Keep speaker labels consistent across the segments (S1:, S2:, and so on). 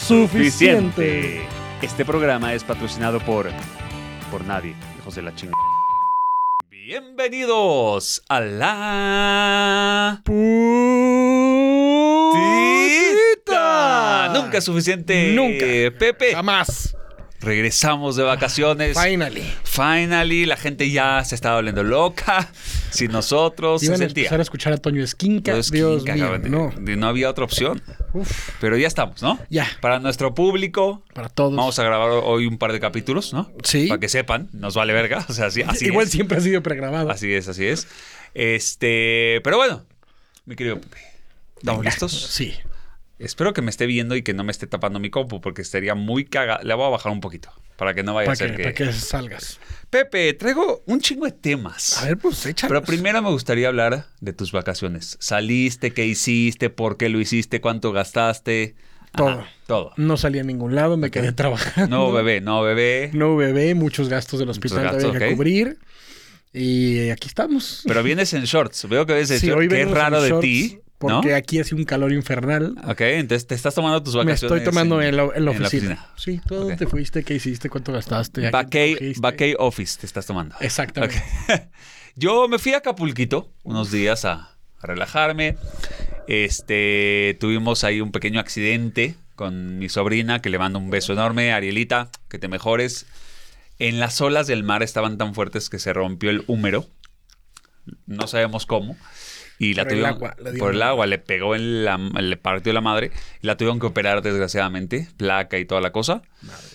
S1: suficiente. Este programa es patrocinado por. por nadie, hijos de la chingada. Bienvenidos a la. Puntita. Nunca es suficiente.
S2: Nunca.
S1: Pepe.
S2: Jamás.
S1: Regresamos de vacaciones.
S2: Finally.
S1: Finally, la gente ya se estaba volviendo loca. Sin nosotros, se
S2: Iban a
S1: sentía.
S2: empezar a escuchar a Toño Esquinca.
S1: Todo
S2: Dios
S1: es quinca,
S2: mío,
S1: cabrón.
S2: no.
S1: De- no había otra opción.
S2: Uf,
S1: Pero ya estamos, ¿no?
S2: Ya.
S1: Para nuestro público,
S2: para todos.
S1: Vamos a grabar hoy un par de capítulos, ¿no?
S2: Sí.
S1: Para que sepan, nos vale verga. O sea, así, así
S2: Igual
S1: es.
S2: siempre ha sido pregrabado.
S1: Así es, así es. Este, pero bueno, mi querido Pepe, ¿estamos listos?
S2: Ah, Sí.
S1: Espero que me esté viendo y que no me esté tapando mi compu porque estaría muy caga. Le voy a bajar un poquito para que no vaya
S2: Para
S1: a
S2: que,
S1: ser que...
S2: para que salgas.
S1: Pepe, traigo un chingo de temas.
S2: A ver, pues échalo.
S1: Pero primero me gustaría hablar de tus vacaciones. ¿Saliste? ¿Qué hiciste? ¿Por qué lo hiciste? ¿Cuánto gastaste?
S2: Todo.
S1: todo.
S2: No salí a ningún lado, me quedé trabajando.
S1: No, bebé, no, bebé.
S2: No hubo bebé, muchos gastos del
S1: Muchos
S2: hospital
S1: gastos,
S2: había que
S1: ok.
S2: cubrir. Y aquí estamos.
S1: Pero vienes en shorts. Veo que ves en
S2: Sí,
S1: shorts.
S2: hoy
S1: Qué
S2: venimos en
S1: raro de
S2: shorts
S1: ti. ¿no?
S2: Porque aquí hace un calor infernal.
S1: Ok, entonces te estás tomando tus
S2: Me
S1: vacaciones.
S2: estoy tomando en, la, en la
S1: en la
S2: oficina.
S1: oficina.
S2: Sí, ¿tú a dónde
S1: Ok.
S2: te fuiste? ¿Qué hiciste? ¿Cuánto gastaste? ¿A quién te
S1: Vacay,
S2: cogiste?
S1: vacay office te estás tomando.
S2: Exactamente.
S1: Yo me fui a Acapulquito unos días a, a relajarme. Este, tuvimos ahí un pequeño accidente con mi sobrina, que le mando un beso enorme. Arielita, que te mejores. En las olas del mar estaban tan fuertes que se rompió el húmero. No sabemos cómo. Y la
S2: Por el
S1: tuvieron-
S2: agua, le dio
S1: por el
S2: un-
S1: agua, le pegó en la, le partió la madre. Y la tuvieron que operar, desgraciadamente, placa y toda la cosa.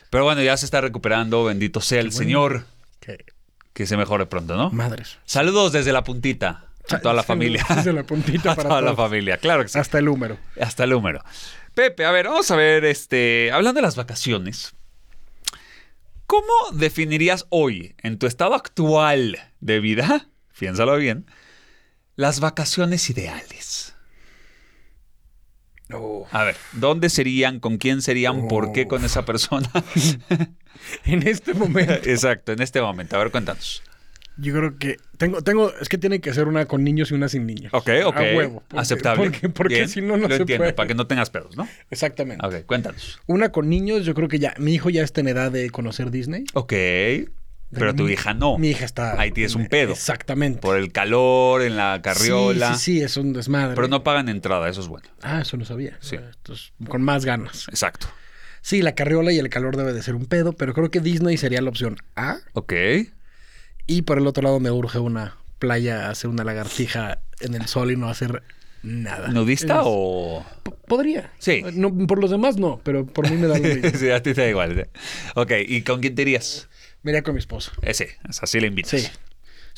S1: Pero bueno, ya se está recuperando, bendito sea el
S2: bueno.
S1: Señor.
S2: Que-
S1: Que se mejore pronto, ¿no?
S2: Madres.
S1: Saludos desde la puntita. A toda la
S2: Sí,
S1: familia.
S2: sí, se la puntita
S1: a
S2: para
S1: toda la
S2: todos.
S1: familia, claro que sí.
S2: Hasta el número.
S1: Hasta el número. Pepe, a ver, vamos a ver, este, hablando de las vacaciones, ¿cómo definirías hoy, en tu estado actual de vida, piénsalo bien, las vacaciones ideales? A ver, ¿dónde serían? ¿Con quién serían? ¿Por qué con esa persona?
S2: En este momento,
S1: Exacto, en este momento. A ver, cuéntanos.
S2: yo creo que tengo, tengo, es que tiene que ser una con niños y una sin niños.
S1: Ok, ok.
S2: A huevo. porque-
S1: Aceptable.
S2: Porque, porque
S1: Bien,
S2: si no, no
S1: lo
S2: se
S1: entiendo,
S2: puede.
S1: para que no tengas pedos, ¿no?
S2: Exactamente.
S1: Ok, cuéntanos.
S2: Una con niños, yo creo que ya, mi hijo ya está en edad de conocer Disney.
S1: Ok, pero tu
S2: mi-
S1: hija no.
S2: Mi hija está.
S1: Ahí tienes un pedo.
S2: Exactamente.
S1: Por el calor, en la carriola.
S2: Sí, sí, sí, es un desmadre.
S1: Pero no pagan entrada, eso es bueno.
S2: Ah, eso no sabía.
S1: Sí.
S2: Entonces, con más ganas.
S1: Exacto.
S2: Sí, la carriola y el calor debe de ser un pedo, pero creo que Disney sería la opción A.
S1: Ok.
S2: Y por el otro lado me urge una playa, hacer una lagartija en el sol y no hacer nada.
S1: ¿Nudista
S2: Ah, Es-
S1: o...?
S2: P- Podría.
S1: Sí.
S2: No, por los demás no, pero por mí me da lo mismo.
S1: sí, a ti te da igual. ¿eh? Ok, ¿y con quién te irías?
S2: Me iría con mi esposa.
S1: Ese, o sea, sí le invitas.
S2: Sí.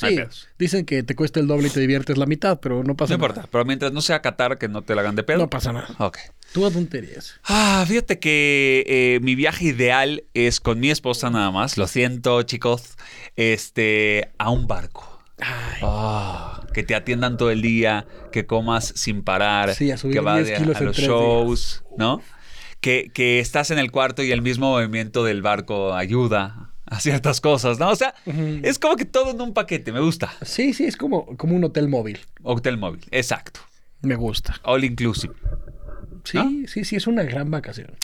S1: No hay
S2: Sí,
S1: pedos.
S2: dicen que te cuesta el doble y te diviertes la mitad, pero no
S1: No
S2: pasa
S1: importa,
S2: nada.
S1: pero mientras no sea Qatar, que no te la hagan de pedo.
S2: No pasa nada.
S1: Ok.
S2: Tú a tonterías.
S1: Ah, fíjate que eh, mi viaje ideal es con mi esposa nada más, lo siento chicos, este, a un barco.
S2: Ay.
S1: Ah, que te atiendan todo el día, que comas sin parar,
S2: Sí, a subir
S1: que
S2: 10 kilos
S1: a
S2: en
S1: los
S2: tres días.
S1: shows, ¿no? Que, que estás en el cuarto y el mismo movimiento del barco ayuda a ciertas cosas, ¿no? O sea,
S2: Ujú.
S1: es como que todo en un paquete, me gusta.
S2: Sí, sí, es como, como un hotel móvil.
S1: Hotel móvil, exacto.
S2: Me gusta.
S1: All inclusive.
S2: Sí, sí, sí, es una gran vacación.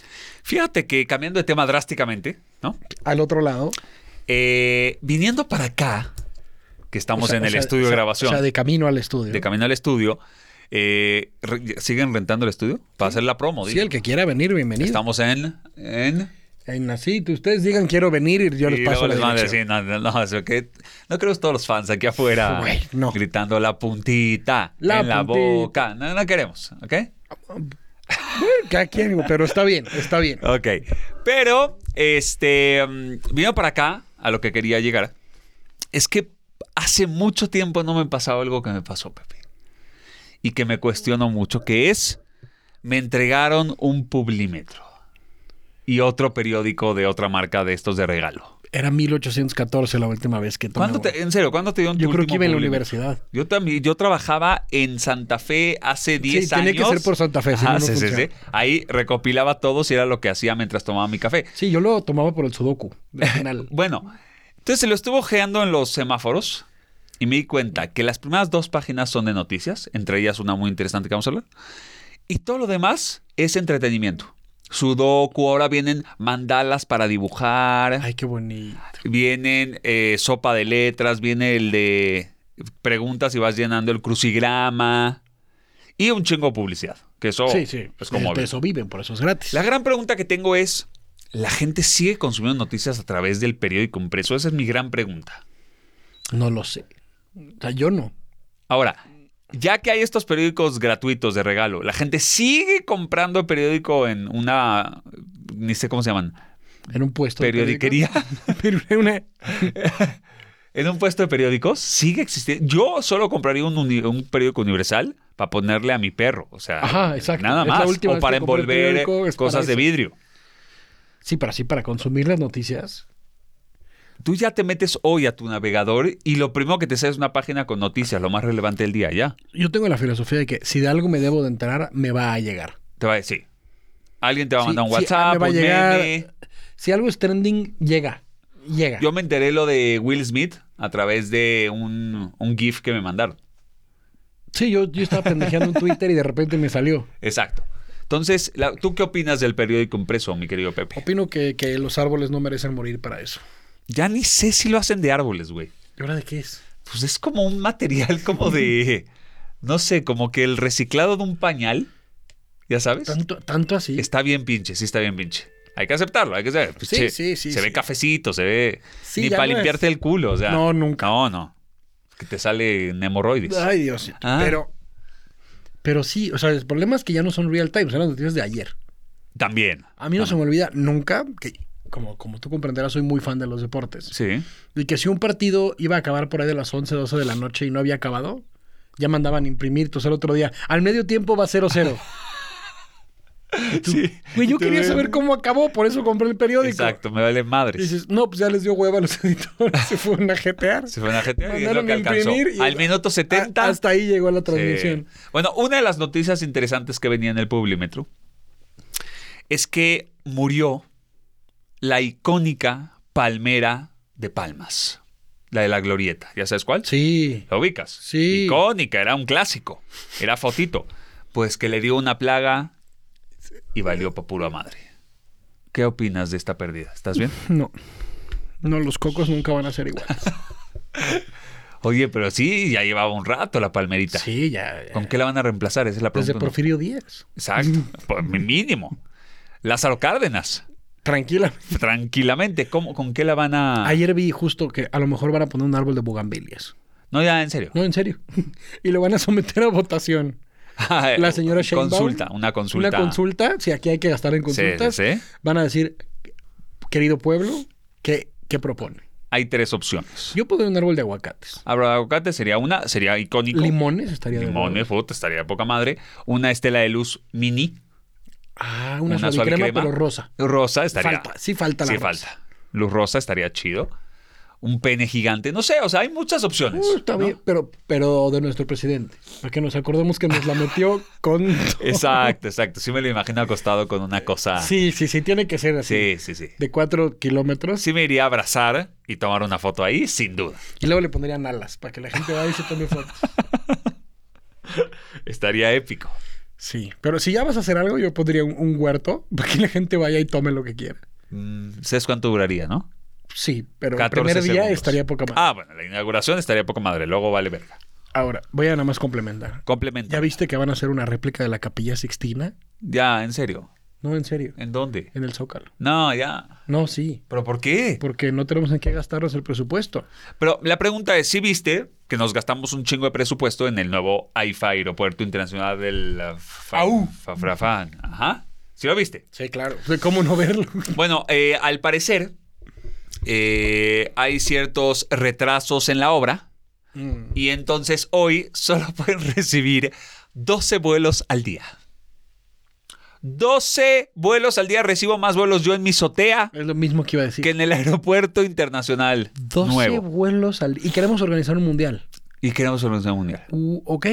S1: Fíjate que cambiando de tema drásticamente, ¿no?
S2: Al otro lado.
S1: Eh, viniendo para acá, que estamos
S2: o sea,
S1: en
S2: o
S1: el
S2: sea,
S1: estudio
S2: o sea,
S1: de grabación,
S2: O sea,
S1: de,
S2: de camino al estudio.
S1: camino al estudio, eh, re- ¿siguen rentando el estudio? Para hacer la promo,
S2: Sí,
S1: digo.
S2: el que quiera venir, bienvenido.
S1: Estamos en. en
S2: En así, que ustedes digan quiero venir y yo les
S1: y luego
S2: paso la
S1: les van a
S2: dirección.
S1: decir, no, no, no, eso que- no creo que todos los fans aquí afuera
S2: Güey, no.
S1: gritando la puntita
S2: La
S1: en la
S2: puntita.
S1: boca. No, no queremos, ¿ok?
S2: Cada quien, pero está bien, está bien.
S1: Ok. Pero, este, mm, vino para acá a lo que quería llegar. Es que hace mucho tiempo no me pasaba algo que me pasó, Pepe. Y que me cuestiono mucho, que es, me entregaron un publimetro. y otro periódico de otra marca de estos de regalo.
S2: Era 1814 la última vez que tomé.
S1: ¿Cuándo te-
S2: uno.
S1: en serio, ¿cuándo te dio un
S2: Yo creo que iba en la universidad.
S1: Yo también, yo trabajaba en Santa Fe hace 10
S2: Sí,
S1: años.
S2: tenía que ser por Santa Fe, si no,
S1: Ajá,
S2: no
S1: sí, sí,
S2: funciona.
S1: sí. Ahí recopilaba todos y era lo que hacía mientras tomaba mi café.
S2: Sí, yo lo tomaba por el sudoku. del final.
S1: Bueno, entonces se lo estuvo ojeando en los semáforos y me di cuenta que las primeras dos páginas son de noticias, entre ellas una muy interesante que vamos a hablar, y todo lo demás es entretenimiento. Sudoku, ahora vienen mandalas para dibujar,
S2: Ay, qué bonito.
S1: vienen eh, sopa de letras, viene el de preguntas y vas llenando el crucigrama y un chingo de publicidad, que eso
S2: sí, sí.
S1: Oh, es
S2: de,
S1: como...
S2: de eso viven, por eso es gratis.
S1: La gran pregunta que tengo es, ¿la gente sigue consumiendo noticias a través del periódico impreso? Esa es mi gran pregunta.
S2: No lo sé. O sea, yo no.
S1: Ahora, ya que hay estos periódicos gratuitos de regalo, ¿la gente sigue comprando periódico en una... ni sé cómo se llaman?
S2: En un puesto. de
S1: Periodiquería.
S2: periódico. Pero en una-
S1: En un puesto de periódicos sigue existiendo. Yo solo compraría un, uni- un periódico universal para ponerle a mi perro. O sea,
S2: Ajá, exacto.
S1: nada
S2: Es la
S1: más.
S2: última
S1: O
S2: vez
S1: para
S2: que compré
S1: envolver
S2: periódico, es para
S1: cosas de
S2: eso.
S1: vidrio.
S2: Sí, para sí, para consumir las noticias.
S1: Tú ya te metes hoy a tu navegador y lo primero que te sale es una página con noticias, lo más relevante del día, ya.
S2: Yo tengo la filosofía de que si de algo me debo de enterar, me va a llegar.
S1: Te va a decir. Alguien te va a
S2: Sí,
S1: mandar un
S2: sí, ah,
S1: WhatsApp,
S2: me va a
S1: un
S2: llegar.
S1: meme.
S2: Si algo es trending, llega. Llega.
S1: Yo me enteré lo de Will Smith a través de un, un GIF que me mandaron.
S2: Sí, yo, yo estaba pendejeando en Twitter y de repente me salió.
S1: Exacto. Entonces, la- ¿tú qué opinas del periódico impreso, mi querido Pepe?
S2: Opino que, que los árboles no merecen morir para eso.
S1: Ya ni sé si lo hacen de árboles, güey.
S2: ¿Y ahora de qué es?
S1: Pues es como un material como de, no sé, como que el reciclado de un pañal, ya sabes,
S2: ¿Tanto, tanto así?
S1: está bien pinche, sí está bien pinche. Hay que aceptarlo, hay que saber. pues,
S2: Sí,
S1: che,
S2: sí, sí,
S1: Se ve
S2: sí.
S1: cafecito, se ve
S2: Sí,
S1: ni
S2: ya
S1: para
S2: no es-
S1: limpiarte el culo, o sea.
S2: No, nunca.
S1: No, no. Que te sale en hemorroides.
S2: Ay, Dios.
S1: Ah.
S2: Pero, pero sí, o sea, el problema es que ya no son real time, son las noticias de ayer.
S1: También.
S2: A mí no se me olvida nunca que, como, como tú comprenderás, soy muy fan de los deportes.
S1: Sí.
S2: Y que si un partido iba a acabar por ahí de las 11, 12 de la noche y no había acabado, ya mandaban imprimir. Entonces el otro día, al medio tiempo va 0-0. Y tú,
S1: Sí.
S2: Güey, yo
S1: Tú
S2: quería
S1: ves-
S2: saber cómo acabó, por eso compré el periódico.
S1: Exacto, me vale
S2: Y
S1: madres.
S2: dices, no, pues ya les dio hueva a los editores, se fueron a jetear.
S1: Se fue una gente y es lo
S2: Mandaron
S1: que
S2: a
S1: alcanzó.
S2: imprimir y-
S1: Al minuto 70.
S2: A- hasta ahí llegó la
S1: Sí.
S2: transmisión.
S1: Bueno, una de las noticias interesantes que venía en el Publimetro es que murió la icónica palmera de palmas, la de la glorieta. ¿Ya sabes cuál?
S2: Sí.
S1: ¿La ubicas?
S2: Sí.
S1: Icónica, era un clásico, era fotito. Pues que le dio una plaga y valió para pura madre. ¿Qué opinas de esta pérdida? ¿Estás bien?
S2: No. No, los cocos nunca van a ser iguales.
S1: Oye, pero sí, ya llevaba un rato la palmerita.
S2: sí, ya. ya.
S1: ¿Con qué la van a reemplazar? Esa es la pregunta. ¿no?
S2: Desde Porfirio Díaz.
S1: Exacto, por mi mínimo. Lázaro Cárdenas,
S2: Tranquila.
S1: tranquilamente, ¿cómo, ¿con qué la van a...?
S2: Ayer vi justo que a lo mejor van a poner un árbol de bugambilias.
S1: No, ya, en serio.
S2: No, en serio. y lo van a someter a votación. La señora Sheinbaum.
S1: Consulta, una consulta.
S2: Una consulta, si aquí hay que gastar en
S1: Sí, sí,
S2: consultas,
S1: sí.
S2: van a decir, querido pueblo, ¿qué, qué propone?
S1: Hay tres opciones.
S2: Yo pondría un árbol de aguacates.
S1: Abro aguacate sería una, sería icónico.
S2: Limones estaría de
S1: Limones,
S2: huevos.
S1: puta, estaría de poca madre. Una estela de luz mini,
S2: Ah, una,
S1: Una
S2: suavicrema,
S1: suavicrema.
S2: pero rosa.
S1: rosa, estaría...
S2: Falta, sí falta la
S1: sí,
S2: rosa.
S1: falta. Luz rosa estaría chido. Un pene gigante, no sé, o sea, hay muchas opciones.
S2: Uh, está
S1: ¿no?
S2: bien, pero, pero de nuestro presidente. Para que nos acordemos que nos la metió con...
S1: Exacto, exacto. Sí me lo imagino acostado con una cosa.
S2: Sí, sí, sí, tiene que ser así.
S1: Ah. sí, sí. sí.
S2: De cuatro kilómetros.
S1: Sí me iría a abrazar y tomar una foto ahí, sin duda.
S2: Y luego le pondrían alas para que la gente vaya y se tome fotos.
S1: Estaría épico.
S2: Sí, pero si ya vas a hacer algo, yo pondría un, un huerto para que la gente vaya y tome lo que quiera.
S1: Mm, ¿Sabes cuánto duraría, no?
S2: Sí, pero el
S1: 14
S2: primer día
S1: segundos.
S2: estaría poca más.
S1: Ah, bueno, la inauguración estaría poca madre. Luego vale verga.
S2: Ahora, voy a nada más complementar. ¿Ya
S1: Complementa.
S2: viste que van a hacer una réplica de la Capilla Sixtina?
S1: Ya, en serio.
S2: No, en serio.
S1: ¿En dónde?
S2: En el Zócalo.
S1: No, ya.
S2: No, sí.
S1: ¿Pero por qué?
S2: Porque no tenemos en qué gastarnos el presupuesto.
S1: Pero la pregunta es, ¿sí viste que nos gastamos un chingo de presupuesto en el nuevo AIFA Aeropuerto Internacional del... uh, Fa-
S2: Au.
S1: Fa- Fra- Fan? Ajá. ¿Sí lo viste?
S2: Sí, claro. De cómo no verlo.
S1: Bueno, eh, al parecer eh, hay ciertos retrasos en la obra
S2: Mm.
S1: y entonces hoy solo pueden recibir 12 vuelos al día. 12 vuelos al día recibo más vuelos yo en mi sotea
S2: Es lo mismo que iba a decir.
S1: que en el aeropuerto internacional
S2: 12
S1: nuevo.
S2: vuelos al Y queremos organizar un mundial.
S1: Y queremos organizar un mundial.
S2: Uh, ok.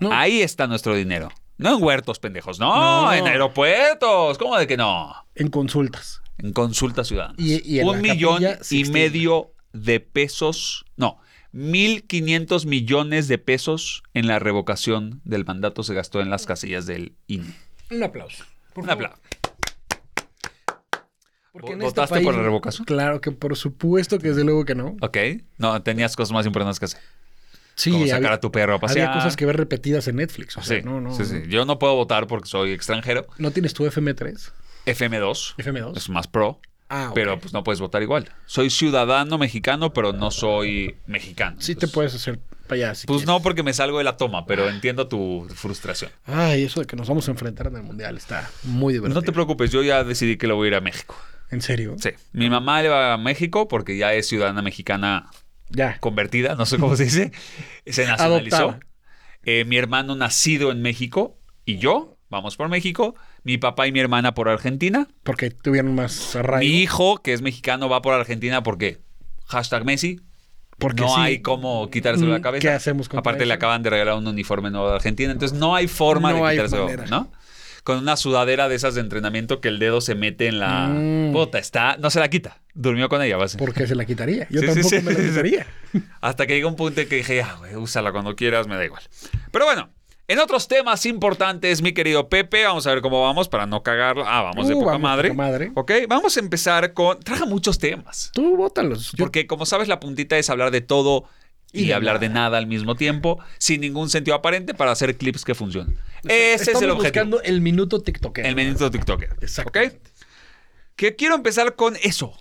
S2: No.
S1: Ahí está nuestro dinero. No en huertos, pendejos. No,
S2: No.
S1: en aeropuertos. ¿Cómo de que no?
S2: En consultas.
S1: En consulta ciudadana.
S2: Y- y en la
S1: un millón
S2: Capilla
S1: y
S2: Sixtina.
S1: medio de pesos. No, 1.500 millones de pesos en la revocación del mandato se gastó en las casillas del INE.
S2: Un aplauso. por
S1: Un
S2: favor.
S1: aplauso.
S2: Porque en
S1: ¿Votaste
S2: este país-
S1: por la revocación?
S2: Claro que por supuesto que desde luego que no.
S1: Ok. No, tenías cosas más importantes que hacer.
S2: Sí,
S1: como sacar
S2: había,
S1: a tu perro a pasear. Ah,
S2: había cosas que ver repetidas en Netflix. O sea,
S1: Sí,
S2: no, no,
S1: sí, sí.
S2: no.
S1: Yo no puedo votar porque soy extranjero.
S2: ¿No tienes tu FM3?
S1: FM2
S2: ¿FM2?
S1: es más pro.
S2: Ah, ok.
S1: Pero pues no puedes votar igual. Soy ciudadano mexicano, pero no soy mexicano.
S2: Sí te
S1: Entonces,
S2: puedes hacer para allá si
S1: Pues
S2: quieres.
S1: no, porque me salgo de la toma, pero entiendo tu frustración.
S2: Ay, eso de que nos vamos a enfrentar en el mundial está muy divertido.
S1: No te preocupes, yo ya decidí que lo voy a ir a México.
S2: ¿En serio?
S1: Sí. Mi mamá le va a México porque ya es ciudadana mexicana
S2: Ya.
S1: convertida, no sé cómo se dice. Se nacionalizó.
S2: Adoptada.
S1: Eh, mi hermano nacido en México y yo vamos por México. Mi papá y mi hermana por Argentina.
S2: Porque tuvieron más arraigo.
S1: Mi hijo, que es mexicano, va por Argentina porque hashtag Messi.
S2: Porque
S1: no
S2: sí.
S1: hay cómo quitárselo de
S2: Mm,
S1: la cabeza.
S2: ¿qué hacemos contra
S1: Aparte le
S2: eso?
S1: acaban de regalar un uniforme nuevo de Argentina, entonces no hay forma
S2: No
S1: de
S2: hay
S1: quitárselo,
S2: manera.
S1: ¿no? Con una sudadera de esas de entrenamiento que el dedo se mete en la
S2: Mm.
S1: bota, está, no se la quita. Durmió con ella, básicamente.
S2: Porque se la quitaría. Yo
S1: Sí, sí,
S2: tampoco
S1: sí.
S2: me la quitaría.
S1: Hasta que llegó un punto en que dije, ah, güey, úsala cuando quieras, me da igual. Pero bueno, en otros temas importantes, mi querido Pepe, vamos a ver cómo vamos para no cagarlo. Ah, vamos de
S2: Uh,
S1: poca
S2: vamos de
S1: madre.
S2: poca madre.
S1: Ok, vamos a empezar con. Traje muchos temas.
S2: Tú bótalos. Yo-
S1: Porque como sabes, la puntita es hablar de todo y,
S2: Y de
S1: hablar de nada al mismo tiempo, sin ningún sentido aparente, para hacer clips que funcionen. Ese es
S2: Estamos
S1: el objetivo.
S2: buscando el minuto TikToker.
S1: El menito TikToker.
S2: Exacto.
S1: ¿Ok? Que quiero empezar con eso,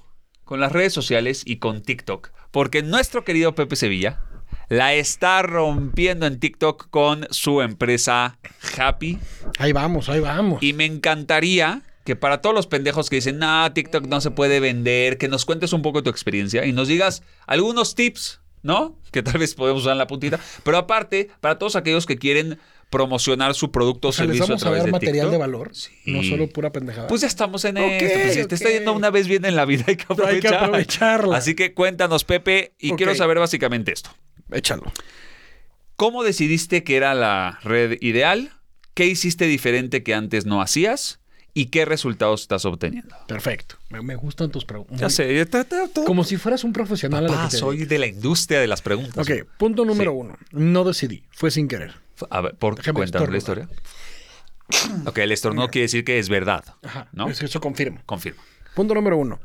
S1: con las redes sociales y con TikTok. Porque nuestro querido Pepe Sevilla la está rompiendo en TikTok con su empresa Happy.
S2: Ahí vamos, ahí vamos.
S1: Y me encantaría que para todos los pendejos que dicen, nah, TikTok no se puede vender, que nos cuentes un poco tu experiencia y nos digas algunos tips, ¿no? Que tal vez podemos usar en la puntita. Pero aparte, para todos aquellos que quieren promocionar su producto o
S2: o sea, les
S1: servicio a
S2: vamos a,
S1: través
S2: dar
S1: de
S2: material
S1: TikTok.
S2: de valor. No solo pura pendejada.
S1: Pues ya estamos en
S2: Ok,
S1: esto. Pues si
S2: ok.
S1: te está yendo una vez bien en la vida, hay que aprovechar.
S2: Hay que aprovecharla.
S1: Así que cuéntanos, Pepe, y
S2: Ok.
S1: quiero saber básicamente esto.
S2: échalo.
S1: ¿Cómo decidiste que era la red ideal? ¿Qué hiciste diferente que antes no hacías? ¿Y qué resultados estás obteniendo?
S2: Perfecto. Me, me gustan tus preguntas.
S1: Ya sé, está, está todo.
S2: Como si fueras un profesional a lo
S1: Papá,
S2: que te
S1: Ah, soy de la industria de las preguntas.
S2: Ok, punto número
S1: Sí.
S2: uno. No decidí. Fue sin querer.
S1: A ver, ¿por qué
S2: Déjame
S1: cuéntanos la historia? Ok, el estornudo quiere decir que es verdad.
S2: Ajá.
S1: ¿No?
S2: Eso, eso confirmo.
S1: Confirmo.
S2: Punto número uno.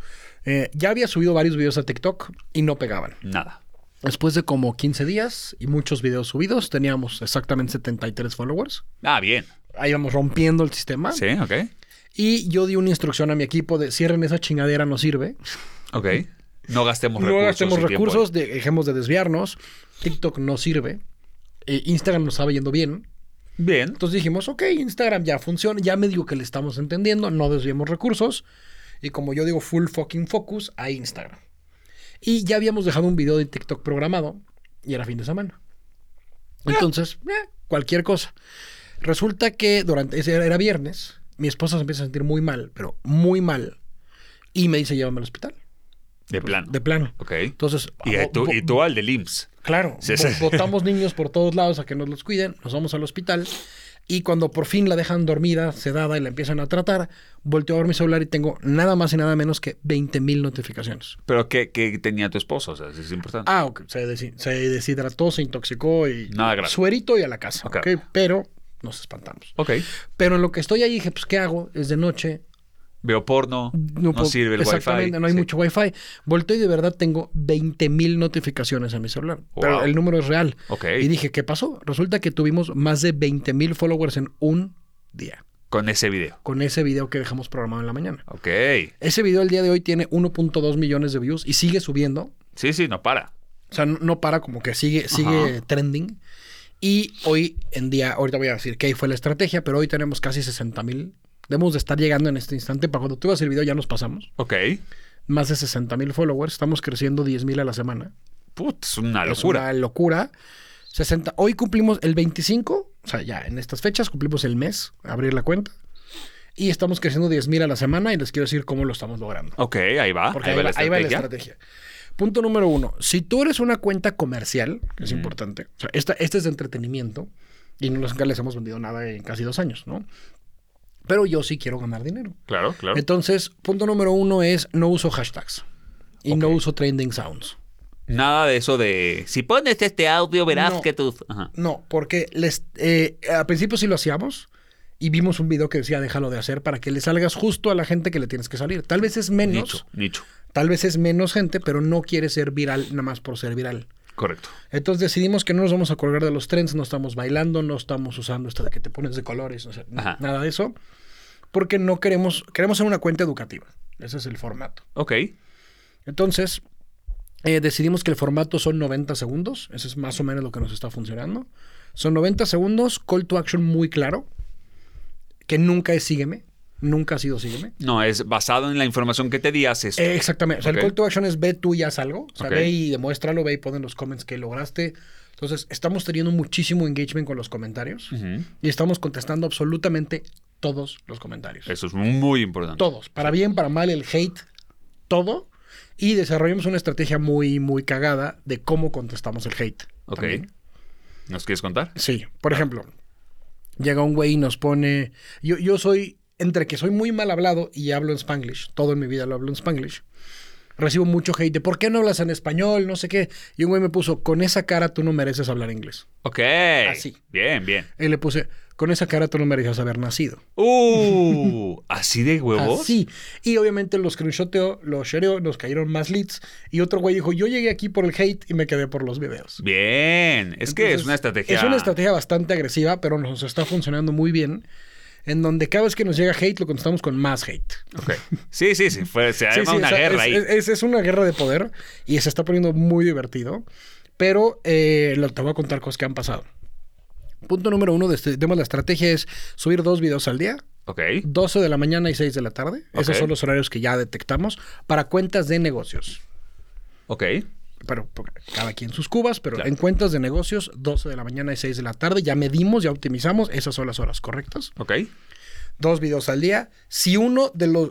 S2: Eh, ya había subido varios videos a TikTok y no pegaban.
S1: Nada.
S2: Después de como 15 días y muchos videos subidos, teníamos exactamente 73 followers.
S1: Ah, bien.
S2: Ahí vamos rompiendo el sistema.
S1: Sí, ok.
S2: Y yo di una instrucción a mi equipo de cierren esa chingadera, no sirve.
S1: Ok. No gastemos
S2: No
S1: recursos.
S2: gastemos
S1: y tiempo
S2: recursos, de- dejemos de desviarnos. TikTok no sirve. Eh, Instagram nos estaba yendo bien.
S1: ahí. Bien.
S2: Entonces dijimos, ok, Instagram ya funciona, ya medio que le estamos entendiendo, no desviemos recursos. Y como yo digo, full fucking focus a Instagram. Y ya habíamos dejado un video de TikTok programado y era fin de semana. Entonces, eh, cualquier cosa. Resulta que durante ese era, era viernes, mi esposa se empieza a sentir muy mal, pero muy mal. Y me dice, llévame al hospital,
S1: De plano.
S2: de plano.
S1: Ok.
S2: Entonces, ah,
S1: y, eh,
S2: vo-
S1: tú,
S2: vo-
S1: y tú al del IMSS.
S2: Claro,
S1: Sí, sí.
S2: votamos niños por todos lados a que nos los cuiden, nos vamos al hospital y cuando por fin la dejan dormida, sedada y la empiezan a tratar, volteo a ver mi celular y tengo nada más y nada menos que 20 mil notificaciones.
S1: Pero ¿qué, qué tenía tu esposo? O sea, eso es importante.
S2: Ah, ok, se, desi- se deshidrató, se intoxicó y
S1: Nada grave.
S2: suerito y a la casa,
S1: Ok.
S2: ok, pero nos espantamos.
S1: Ok.
S2: Pero en lo que estoy ahí dije, pues, ¿qué hago? Es de noche.
S1: Veo porno. No,
S2: puedo-
S1: sirve el
S2: Exactamente,
S1: wifi.
S2: no hay
S1: Sí.
S2: mucho wifi. Volteo y de verdad tengo 20 mil notificaciones en mi celular. Pero
S1: Wow.
S2: el número es real.
S1: Ok.
S2: Y dije, ¿qué pasó? Resulta que tuvimos más de 20 mil followers en un día
S1: Con ese video.
S2: con ese video que dejamos programado en la mañana.
S1: Ok.
S2: Ese video el día de hoy tiene 1.2 millones de views y sigue subiendo.
S1: Sí, sí, no para.
S2: O sea, no, no para, como que sigue, sigue trending. Y hoy en día, ahorita voy a decir qué fue la estrategia, pero hoy tenemos casi 60 mil. Debemos de estar llegando en este instante. Para cuando tú veas el video ya nos pasamos.
S1: Ok.
S2: Más de 60 mil followers. Estamos creciendo 10 mil a la semana.
S1: Put, es una
S2: Es
S1: locura.
S2: una locura. 60. Hoy cumplimos el 25, o sea, ya en estas fechas cumplimos el mes, abrir la cuenta. Y estamos creciendo 10.000 a la semana y les quiero decir cómo lo estamos logrando.
S1: Ok, Ah, ahí va.
S2: Porque ahí, va, ahí va la estrategia. Punto número uno. Si tú eres una cuenta comercial, que es
S1: Ujú.
S2: importante, o sea, esta, esta es de entretenimiento y no nunca les hemos vendido nada en casi dos años, ¿no? Pero yo sí quiero ganar dinero.
S1: Claro, claro.
S2: Entonces, punto número uno es no uso hashtags y no
S1: Ok.
S2: uso trending sounds.
S1: Nada de eso de si pones este audio verás
S2: No.
S1: que tú. Ajá.
S2: No, porque les, eh, al principio sí lo hacíamos y vimos un video que decía déjalo de hacer para que le salgas justo a la gente que le tienes que salir. Tal vez es menos,
S1: Nicho, nicho.
S2: tal vez es menos gente, pero no quiere ser viral nada más por ser viral.
S1: Correcto.
S2: Entonces decidimos que no nos vamos a colgar de los trends, no estamos bailando, no estamos usando esto de que te pones de colores, o sea, n-
S1: Ajá.
S2: nada de eso, porque no queremos, queremos ser una cuenta educativa. Ese es el formato.
S1: Ok.
S2: Entonces, eh, decidimos que el formato son 90 segundos. Eso es más o menos lo que nos está funcionando. Son 90 segundos, call to action muy claro, que nunca es sígueme, nunca ha sido sígueme.
S1: No, es basado en la información que te di, haces.
S2: Eh, exactamente. O sea,
S1: Ok.
S2: el call to action es ve tú y haz algo. O sea,
S1: Ok.
S2: ve y demuéstralo, ve y pon en los comments que lograste. Entonces, estamos teniendo muchísimo engagement con los comentarios
S1: Ujú.
S2: y estamos contestando absolutamente todos los comentarios.
S1: Eso es muy importante.
S2: Todos, para bien, para mal, el hate, todo. Y desarrollamos una estrategia muy, muy cagada de cómo contestamos el hate.
S1: Ok.
S2: también.
S1: ¿Nos quieres contar?
S2: Sí, por ejemplo, llega un güey y nos pone. Yo, yo soy, entre que soy muy mal hablado y hablo en spanglish, todo en mi vida lo hablo en spanglish. Recibo mucho hate de ¿por qué no hablas en español? No sé qué. Y un güey me puso, con esa cara tú no mereces hablar inglés.
S1: Ok.
S2: sí.
S1: Bien, bien.
S2: Y le puse, con esa cara tú no mereces haber nacido.
S1: Uh, así de huevos.
S2: Así. Y obviamente los screenshoteo, los shareo, nos cayeron más leads. Y otro güey dijo, yo llegué aquí por el hate y me quedé por los videos.
S1: Bien. Es que es
S2: Entonces,
S1: una estrategia.
S2: Es una estrategia bastante agresiva, pero nos está funcionando muy bien. En donde cada vez que nos llega hate, lo contestamos con más hate.
S1: Ok. Sí, sí, sí. Fue, se
S2: Sí,
S1: arma
S2: sí,
S1: una
S2: o sea,
S1: guerra
S2: es,
S1: ahí.
S2: Es, es- es una guerra de poder y se está poniendo muy divertido. Pero eh, lo- te voy a contar cosas que han pasado. Punto número uno de este tema de la estrategia es subir dos videos al día,
S1: ok.
S2: 12 de la mañana y 6 de la tarde. Esos
S1: Ok.
S2: son los horarios que ya detectamos para cuentas de negocios.
S1: Ok.
S2: pero por- cada quien sus cubas, pero
S1: Claro.
S2: en cuentas de negocios, 12 de la mañana y 6 de la tarde, ya medimos, ya optimizamos, esas son las horas correctas.
S1: Ok.
S2: Dos videos al día. Si uno de los,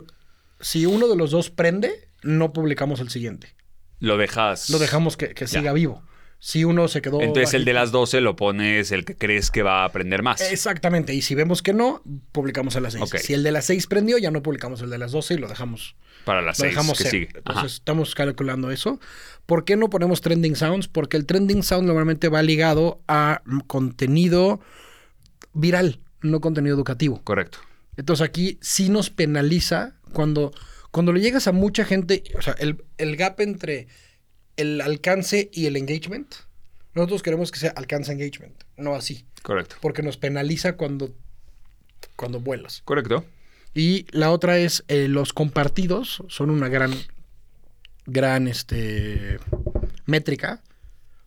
S2: si uno de los dos prende, no publicamos el siguiente.
S1: Lo dejas.
S2: Lo dejamos que, que
S1: Ya.
S2: siga vivo. Si uno se quedó.
S1: Entonces el de
S2: bajito-
S1: las 12 lo pones el que crees que va a aprender más.
S2: Exactamente. Y si vemos que no, publicamos el de las 6.
S1: Ok.
S2: Si el de las 6 prendió, ya no publicamos el de las 12 y lo dejamos.
S1: para las
S2: lo
S1: 6
S2: dejamos
S1: que
S2: ser.
S1: sigue. Ajá.
S2: Entonces estamos calculando eso. ¿Por qué no ponemos trending sounds? Porque el trending sound normalmente va ligado a mm, contenido viral, no contenido educativo.
S1: Correcto.
S2: Entonces aquí sí nos penaliza cuando, cuando le llegas a mucha gente, o sea, el, el gap entre el alcance y el engagement. Nosotros queremos que sea alcance engagement, no así,
S1: Correcto.
S2: porque nos penaliza cuando, cuando vuelas.
S1: Correcto.
S2: Y la otra es eh, los compartidos son una gran, gran este, métrica.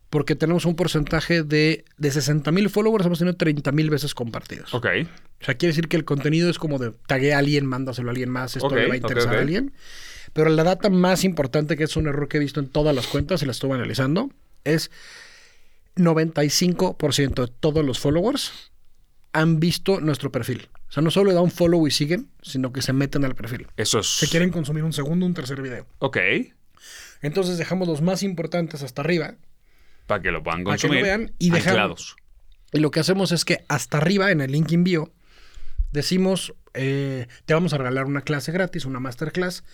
S2: Porque tenemos un porcentaje de, de 60 mil followers, hemos tenido 30 mil veces compartidos.
S1: Ok.
S2: O sea, quiere decir que el contenido es como de tagué a alguien, mándaselo a alguien más, esto
S1: Ok,
S2: le va a
S1: ok,
S2: interesar
S1: ok.
S2: a alguien. Pero la data más importante, que es un error que he visto en todas las cuentas y la estuve analizando, es 95% de todos los followers han visto nuestro perfil. O sea, no solo le da un follow y siguen, sino que se meten al perfil.
S1: Eso es.
S2: Se quieren consumir un segundo, un tercer video.
S1: Ok.
S2: Entonces dejamos los más importantes hasta arriba
S1: Para que lo puedan
S2: Para que lo
S1: consumir.
S2: vean y dejar-
S1: Anclados.
S2: Y lo que hacemos es que hasta arriba, en el link in bio, decimos, eh, te vamos a regalar una clase gratis, una masterclass.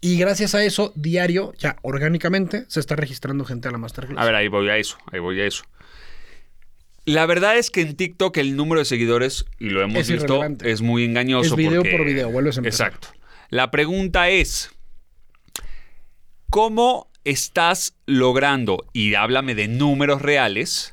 S2: Y gracias a eso, diario, ya orgánicamente, se está registrando gente a la masterclass.
S1: A ver, ahí voy a eso, ahí voy a eso. La verdad es que en TikTok el número de seguidores, y lo hemos
S2: Es
S1: visto,
S2: irrelevante.
S1: es muy engañoso.
S2: Es video
S1: porque-
S2: por video, vuelves a empezar.
S1: Exacto. La pregunta es, ¿cómo estás logrando, y háblame de números reales,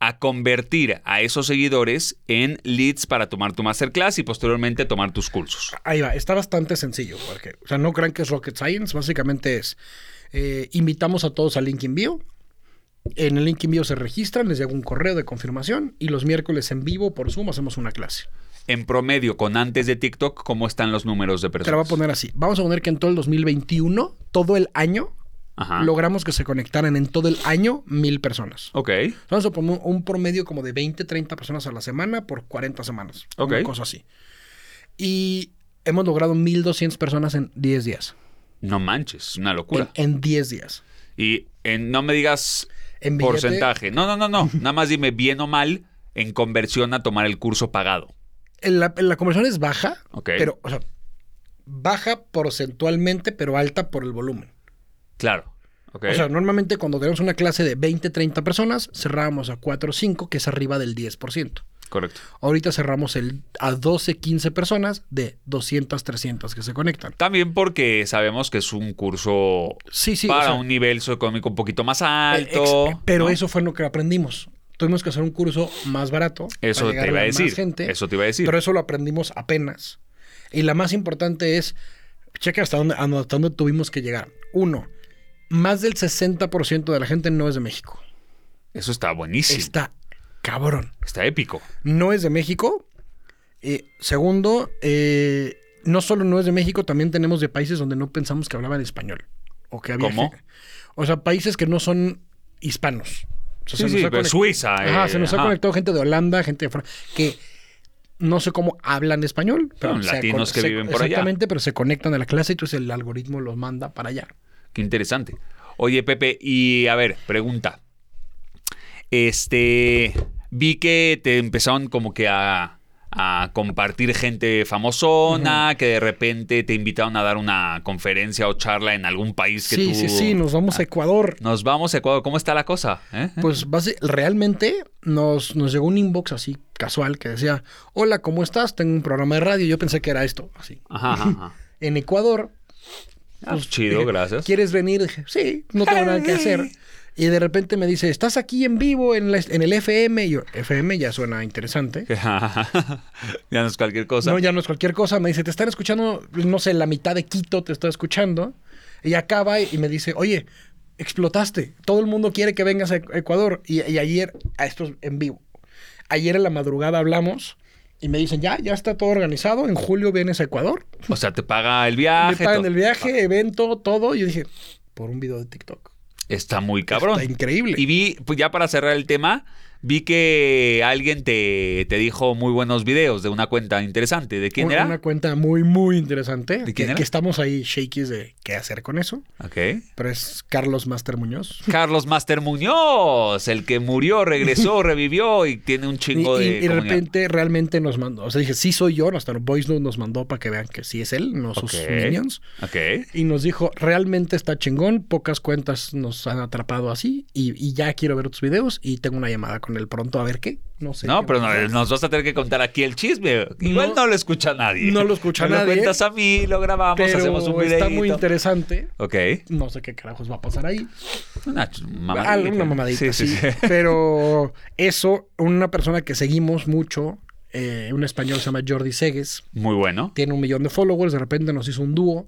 S1: a convertir a esos seguidores en leads para tomar tu masterclass y posteriormente tomar tus cursos?
S2: Ahí va, está bastante sencillo, porque, o sea, no crean que es rocket science, básicamente es, eh, invitamos a todos al link in bio, en el link in bio se registran, les llega un correo de confirmación y los miércoles en vivo por Zoom hacemos una clase.
S1: En promedio, con antes de TikTok, ¿cómo están los números de
S2: Te la voy
S1: personas?
S2: a poner así, vamos a poner que en todo el 2021, todo el año,
S1: Ajá.
S2: logramos que se conectaran en todo el año mil personas.
S1: Ok,
S2: Vamos a poner un promedio como de 20, 30 personas a la semana por 40 semanas.
S1: Ok.
S2: Una cosa así. Y hemos logrado 1.200 personas en 10 días.
S1: No manches, una
S2: En,
S1: locura.
S2: en 10 días.
S1: Y en- no me digas
S2: En billete-
S1: porcentaje. No, no, no, no. Nada más dime bien o mal en conversión a tomar el curso pagado.
S2: en La, en la conversión es baja,
S1: Ok.
S2: pero, o sea, baja porcentualmente, pero alta por el volumen.
S1: Claro. Ok.
S2: O sea, normalmente cuando tenemos una clase de 20, 30 personas, cerrábamos a 4 o 5, que es arriba del 10%.
S1: Correcto.
S2: Ahorita cerramos el, a 12, 15 personas de 200, 300 que se conectan.
S1: También porque sabemos que es un curso
S2: Sí, sí. o
S1: para
S2: sea, eh,
S1: un nivel socioeconómico un poquito más
S2: ex-
S1: alto.
S2: pero
S1: ¿no?
S2: eso fue lo que aprendimos. Tuvimos que hacer un curso más barato.
S1: Eso te
S2: llegarle
S1: iba a
S2: más
S1: decir.
S2: gente,
S1: Eso te iba a decir.
S2: Pero eso lo aprendimos apenas. Y la más importante es, checa hasta dónde, hasta dónde tuvimos que llegar. Uno, más del 60% de la gente no es de México.
S1: Eso está buenísimo. Está,
S2: Está cabrón.
S1: épico.
S2: no es de México. Eh, segundo, eh, no solo no es de México, también tenemos de países donde no pensamos que hablaban español. O que había
S1: ¿Cómo?
S2: gen- O sea, países que no son hispanos. O sea,
S1: Sí, sí, pero
S2: conect-
S1: Suiza,
S2: Ajá,
S1: eh,
S2: se nos ha
S1: ajá.
S2: conectado gente de Holanda, gente de Francia, que no sé cómo hablan español. Pero
S1: Son
S2: se acon-
S1: latinos que
S2: se-
S1: viven por allá.
S2: Exactamente, pero se conectan a la clase y entonces el algoritmo los manda para allá.
S1: Qué interesante. Oye, Pepe, y a ver, pregunta. Este, vi que te empezaron como que a, a compartir gente famosona, que de repente te invitaron a dar una conferencia o charla en algún país que
S2: Sí,
S1: tú...
S2: sí, sí, nos vamos a Ecuador.
S1: Nos vamos a Ecuador. ¿Cómo está la cosa? ¿Eh?
S2: Pues basi- realmente nos, nos llegó un inbox así casual que decía, hola, ¿cómo estás? Tengo un programa de radio. Yo pensé que era esto, así.
S1: Ajá, ajá, ajá.
S2: En Ecuador. pues,
S1: Ah, chido,
S2: dije,
S1: gracias.
S2: ¿Quieres venir? Dije, sí, no tengo nada que hacer. Y de repente me dice, ¿estás aquí en vivo en, la- en el FM? Y yo, FM ya suena interesante.
S1: ya no es cualquier cosa.
S2: no, ya no es cualquier cosa. Me dice, te están escuchando, no sé, la mitad de Quito te está escuchando. Y acaba y me dice, oye, explotaste. Todo el mundo quiere que vengas a Ec- Ecuador. Y, y ayer, a esto es en vivo. Ayer en la madrugada hablamos y me dicen, ya, ya está todo organizado. En julio vienes a Ecuador.
S1: O sea, te paga el
S2: Me
S1: viaje.
S2: pagan
S1: todo.
S2: el
S1: Ah.
S2: viaje, evento, todo. Y yo dije, por un video de TikTok.
S1: Está muy cabrón.
S2: Está increíble.
S1: Y vi, pues ya para cerrar el tema, vi que alguien te, te dijo muy buenos videos de una cuenta interesante. ¿De quién
S2: Un-
S1: era?
S2: Una cuenta muy, muy interesante.
S1: quién
S2: que,
S1: era?
S2: que estamos ahí shakies de qué hacer con eso.
S1: Ok.
S2: Pero es Carlos Master Muñoz.
S1: Carlos Master Muñoz, el que murió, regresó, revivió y tiene un
S2: Y,
S1: chingo de.
S2: y- y de
S1: comunidad.
S2: repente realmente nos mandó, o sea, dije, sí soy yo, hasta los voice note nos mandó para que vean que sí es él, no sus
S1: Ok.
S2: minions.
S1: Ok.
S2: Y nos dijo, realmente está chingón, pocas cuentas nos han atrapado así y, y ya quiero ver tus videos y tengo una llamada con él pronto a ver qué. No sé.
S1: no,
S2: qué
S1: pero
S2: va a
S1: no-
S2: ser.
S1: nos vas a tener que contar aquí el chisme. Igual no,
S2: No-
S1: lo escucha nadie.
S2: no lo escucha
S1: Me
S2: nadie.
S1: Lo cuentas a mí, lo grabamos,
S2: Pero
S1: hacemos un video.
S2: está muy interesante.
S1: Ok.
S2: No sé qué carajos va a pasar ahí.
S1: Una ch- mamadita.
S2: Algo, Ah, una mamadita,
S1: Ah, Sí, sí, sí.
S2: Pero eso, una persona que seguimos mucho, eh, un español se llama Jordi Segues,
S1: Muy bueno.
S2: tiene un millón de followers, de repente nos hizo un dúo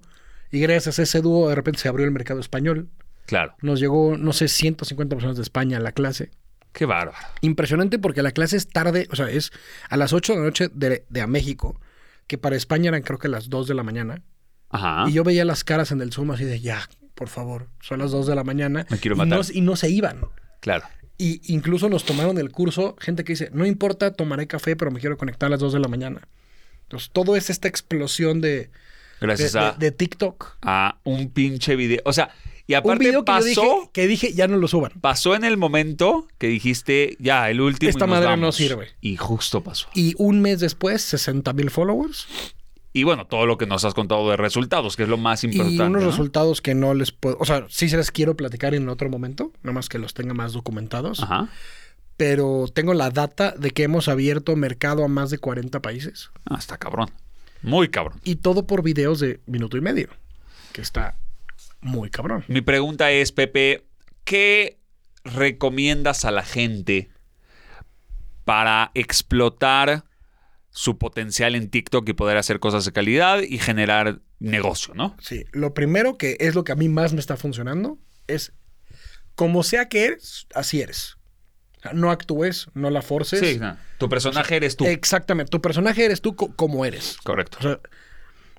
S2: y gracias a ese dúo de repente se abrió el mercado español.
S1: Claro.
S2: Nos llegó, no sé, 150 personas de España a la clase.
S1: Qué bárbaro.
S2: Impresionante porque la clase es tarde, o sea, es a las 8 de la noche de, de a México, que para España eran creo que las 2 de la mañana.
S1: Ajá.
S2: Y yo veía las caras en el Zoom así de, ya, por favor, son las 2 de la mañana.
S1: Me quiero
S2: Y
S1: matar.
S2: no se- y no se iban.
S1: Claro.
S2: Y incluso nos tomaron el curso gente que dice, no importa, tomaré café, pero me quiero conectar a las 2 de la mañana. Entonces, todo es esta explosión de, de,
S1: Gracias a.
S2: de- de TikTok.
S1: a un pinche video. O sea, y
S2: Un
S1: aparte
S2: video que
S1: pasó,
S2: yo dije, que dije, ya no lo suban.
S1: pasó en el momento que dijiste, ya, el último. y
S2: Esta
S1: nos
S2: madre no
S1: vamos".
S2: sirve.
S1: Y justo pasó.
S2: Y un mes después, 60 mil followers
S1: Y bueno, todo lo que nos has contado de resultados, que es lo más importante.
S2: y unos
S1: ¿no?
S2: resultados que no les puedo, o sea, sí se les quiero platicar en otro momento, nada más que los tenga más documentados,
S1: Ajá.
S2: pero tengo la data de que hemos abierto mercado a más de 40 países
S1: Ah, está cabrón. Muy cabrón.
S2: y todo por videos de minuto y medio, que está muy cabrón.
S1: Mi pregunta es, Pepe, ¿qué recomiendas a la gente para explotar su potencial en TikTok y poder hacer cosas de calidad y generar negocio, ¿no?
S2: Sí, lo primero que es lo que a mí más me está funcionando es como sea que eres, así eres. O sea, No actúes, no la forces.
S1: Sí, no. tu personaje eres tú.
S2: Exactamente, tu personaje eres tú co- como eres.
S1: Correcto.
S2: O sea,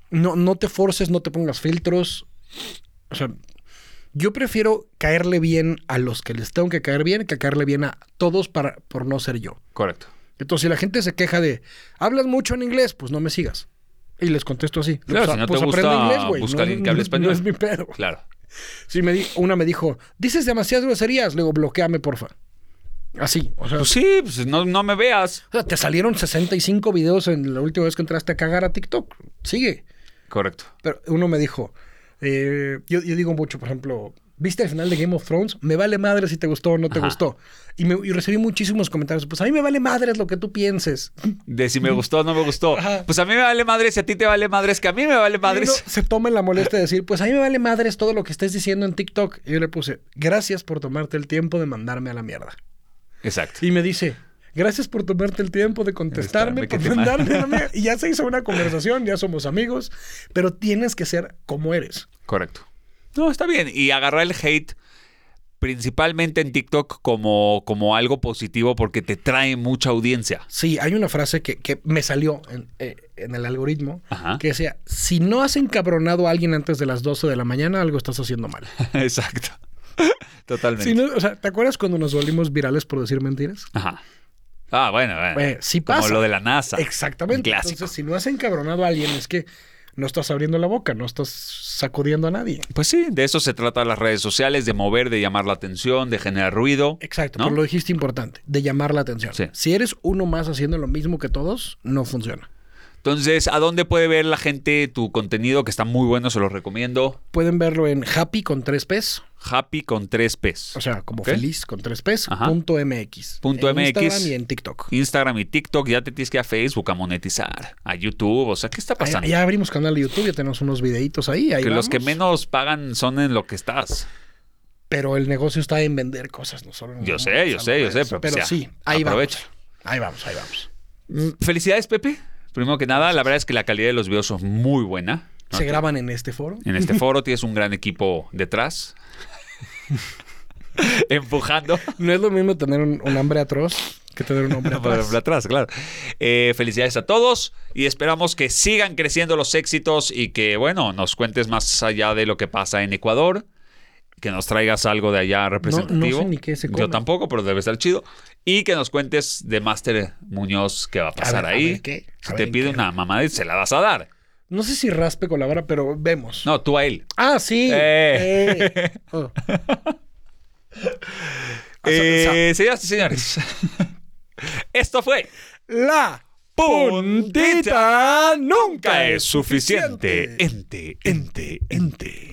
S2: no, no te forces, no te pongas filtros. O sea, yo prefiero caerle bien a los que les tengo que caer bien que caerle bien a todos para, por no ser yo.
S1: Correcto.
S2: Entonces, si la gente se queja de, hablas mucho en inglés, pues no me sigas. Y les contesto así. Pues,
S1: Claro, si no te gusta,
S2: aprende güey.
S1: busca alguien que
S2: es-
S1: hable español.
S2: No es mi pedo.
S1: Claro.
S2: Sí, me di- una me dijo, dices demasiadas groserías. Le digo, bloqueame, porfa. Así. O sea,
S1: Pues sí, pues no, no me veas.
S2: o sea, te salieron 65 videos en la última vez que entraste a cagar a TikTok. Sigue.
S1: Correcto.
S2: Pero uno me dijo, eh, yo, yo digo mucho, por ejemplo, ¿viste el final de Game of Thrones? Me vale madre si te gustó o no te
S1: Ajá.
S2: gustó. Y, me- y recibí muchísimos comentarios, pues a mí me vale madre lo que tú pienses.
S1: De si me gustó o no me gustó.
S2: Ajá.
S1: Pues a mí me vale madres, si a ti te vale madres, que a mí me vale
S2: Y
S1: madres.
S2: uno se toma la molestia de decir, pues a mí me vale madres todo lo que estés diciendo en TikTok. Y yo le puse, gracias por tomarte el tiempo de mandarme a la mierda.
S1: Exacto.
S2: Y me dice, gracias por tomarte el tiempo de
S1: Contestarme,
S2: contestarme,
S1: que
S2: por
S1: te
S2: mandarme a la mierda. Y ya se hizo una conversación, ya somos amigos, pero tienes que ser como eres.
S1: Correcto. No, está bien. Y agarrar el hate principalmente en TikTok como, como algo positivo porque te trae mucha audiencia.
S2: Sí, hay una frase que, que me salió en, eh, en el algoritmo
S1: Ajá.
S2: que decía, si no has encabronado a alguien antes de las 12 de la mañana, algo estás haciendo mal.
S1: Exacto. Totalmente.
S2: Si no- o sea, ¿te acuerdas cuando nos volvimos virales por decir mentiras?
S1: Ajá. Ah, bueno, bueno.
S2: Eh, sí
S1: como
S2: pasa.
S1: lo de la NASA.
S2: Exactamente.
S1: Un clásico.
S2: Entonces, si no has encabronado a alguien, es que no estás abriendo la boca, no estás sacudiendo a nadie.
S1: Pues sí, de eso se trata las redes sociales, de mover, de llamar la atención, de generar ruido.
S2: Exacto,
S1: ¿No?
S2: pero lo dijiste importante, de llamar la atención.
S1: Sí.
S2: Si eres uno más haciendo lo mismo que todos, no funciona.
S1: Entonces, ¿a dónde puede ver la gente tu contenido? Que está muy bueno, se los recomiendo.
S2: Pueden verlo en Happy con 3 P's,
S1: Happy con tres P's.
S2: o sea, como
S1: ¿Qué?
S2: feliz con 3 P's,
S1: Ajá.
S2: punto MX.
S1: Punto
S2: en
S1: MX.
S2: Instagram y en TikTok.
S1: Instagram y TikTok, ya te tienes que ir a Facebook a monetizar, a YouTube, o sea, ¿qué está
S2: Ya,
S1: pasando?
S2: ya abrimos canal de YouTube, ya tenemos unos videitos ahí. ahí
S1: que los
S2: vamos.
S1: que menos pagan son en lo que estás.
S2: Pero el negocio está en vender cosas, no solo en
S1: Yo sé, yo sé, yo sé, pero,
S2: Pero,
S1: pues, ya,
S2: sí, ahí
S1: aprovecha.
S2: vamos. Ahí vamos, ahí vamos.
S1: Mm, Felicidades, Pepe. Primero que nada, la verdad es que la calidad de los videos es muy buena. ¿no?
S2: Se graban en este foro.
S1: En este foro tienes un gran equipo detrás. Empujando.
S2: No es lo mismo tener un, un hambre atroz que tener un hombre
S1: Para-
S2: atroz.
S1: para atrás, claro. Eh, felicidades a todos y esperamos que sigan creciendo los éxitos y que, bueno, nos cuentes más allá de lo que pasa en Ecuador, que nos traigas algo de allá representativo.
S2: sé ni qué se come.
S1: Yo tampoco, pero debe estar chido. Y que nos cuentes de Master Muñoz qué va a pasar
S2: ver, a
S1: ahí.
S2: ver qué,
S1: Si
S2: a ver
S1: te
S2: en
S1: pide
S2: qué.
S1: una mamada, se la vas a dar.
S2: No sé si raspe con la vara, pero vemos.
S1: No, tú a él.
S2: Ah, sí.
S1: Eh.
S2: Eh. Oh.
S1: Eh, señoras y señores, esto fue
S2: La
S1: Puntita
S2: nunca
S1: Nunca es suficiente. Ente, ente, ente.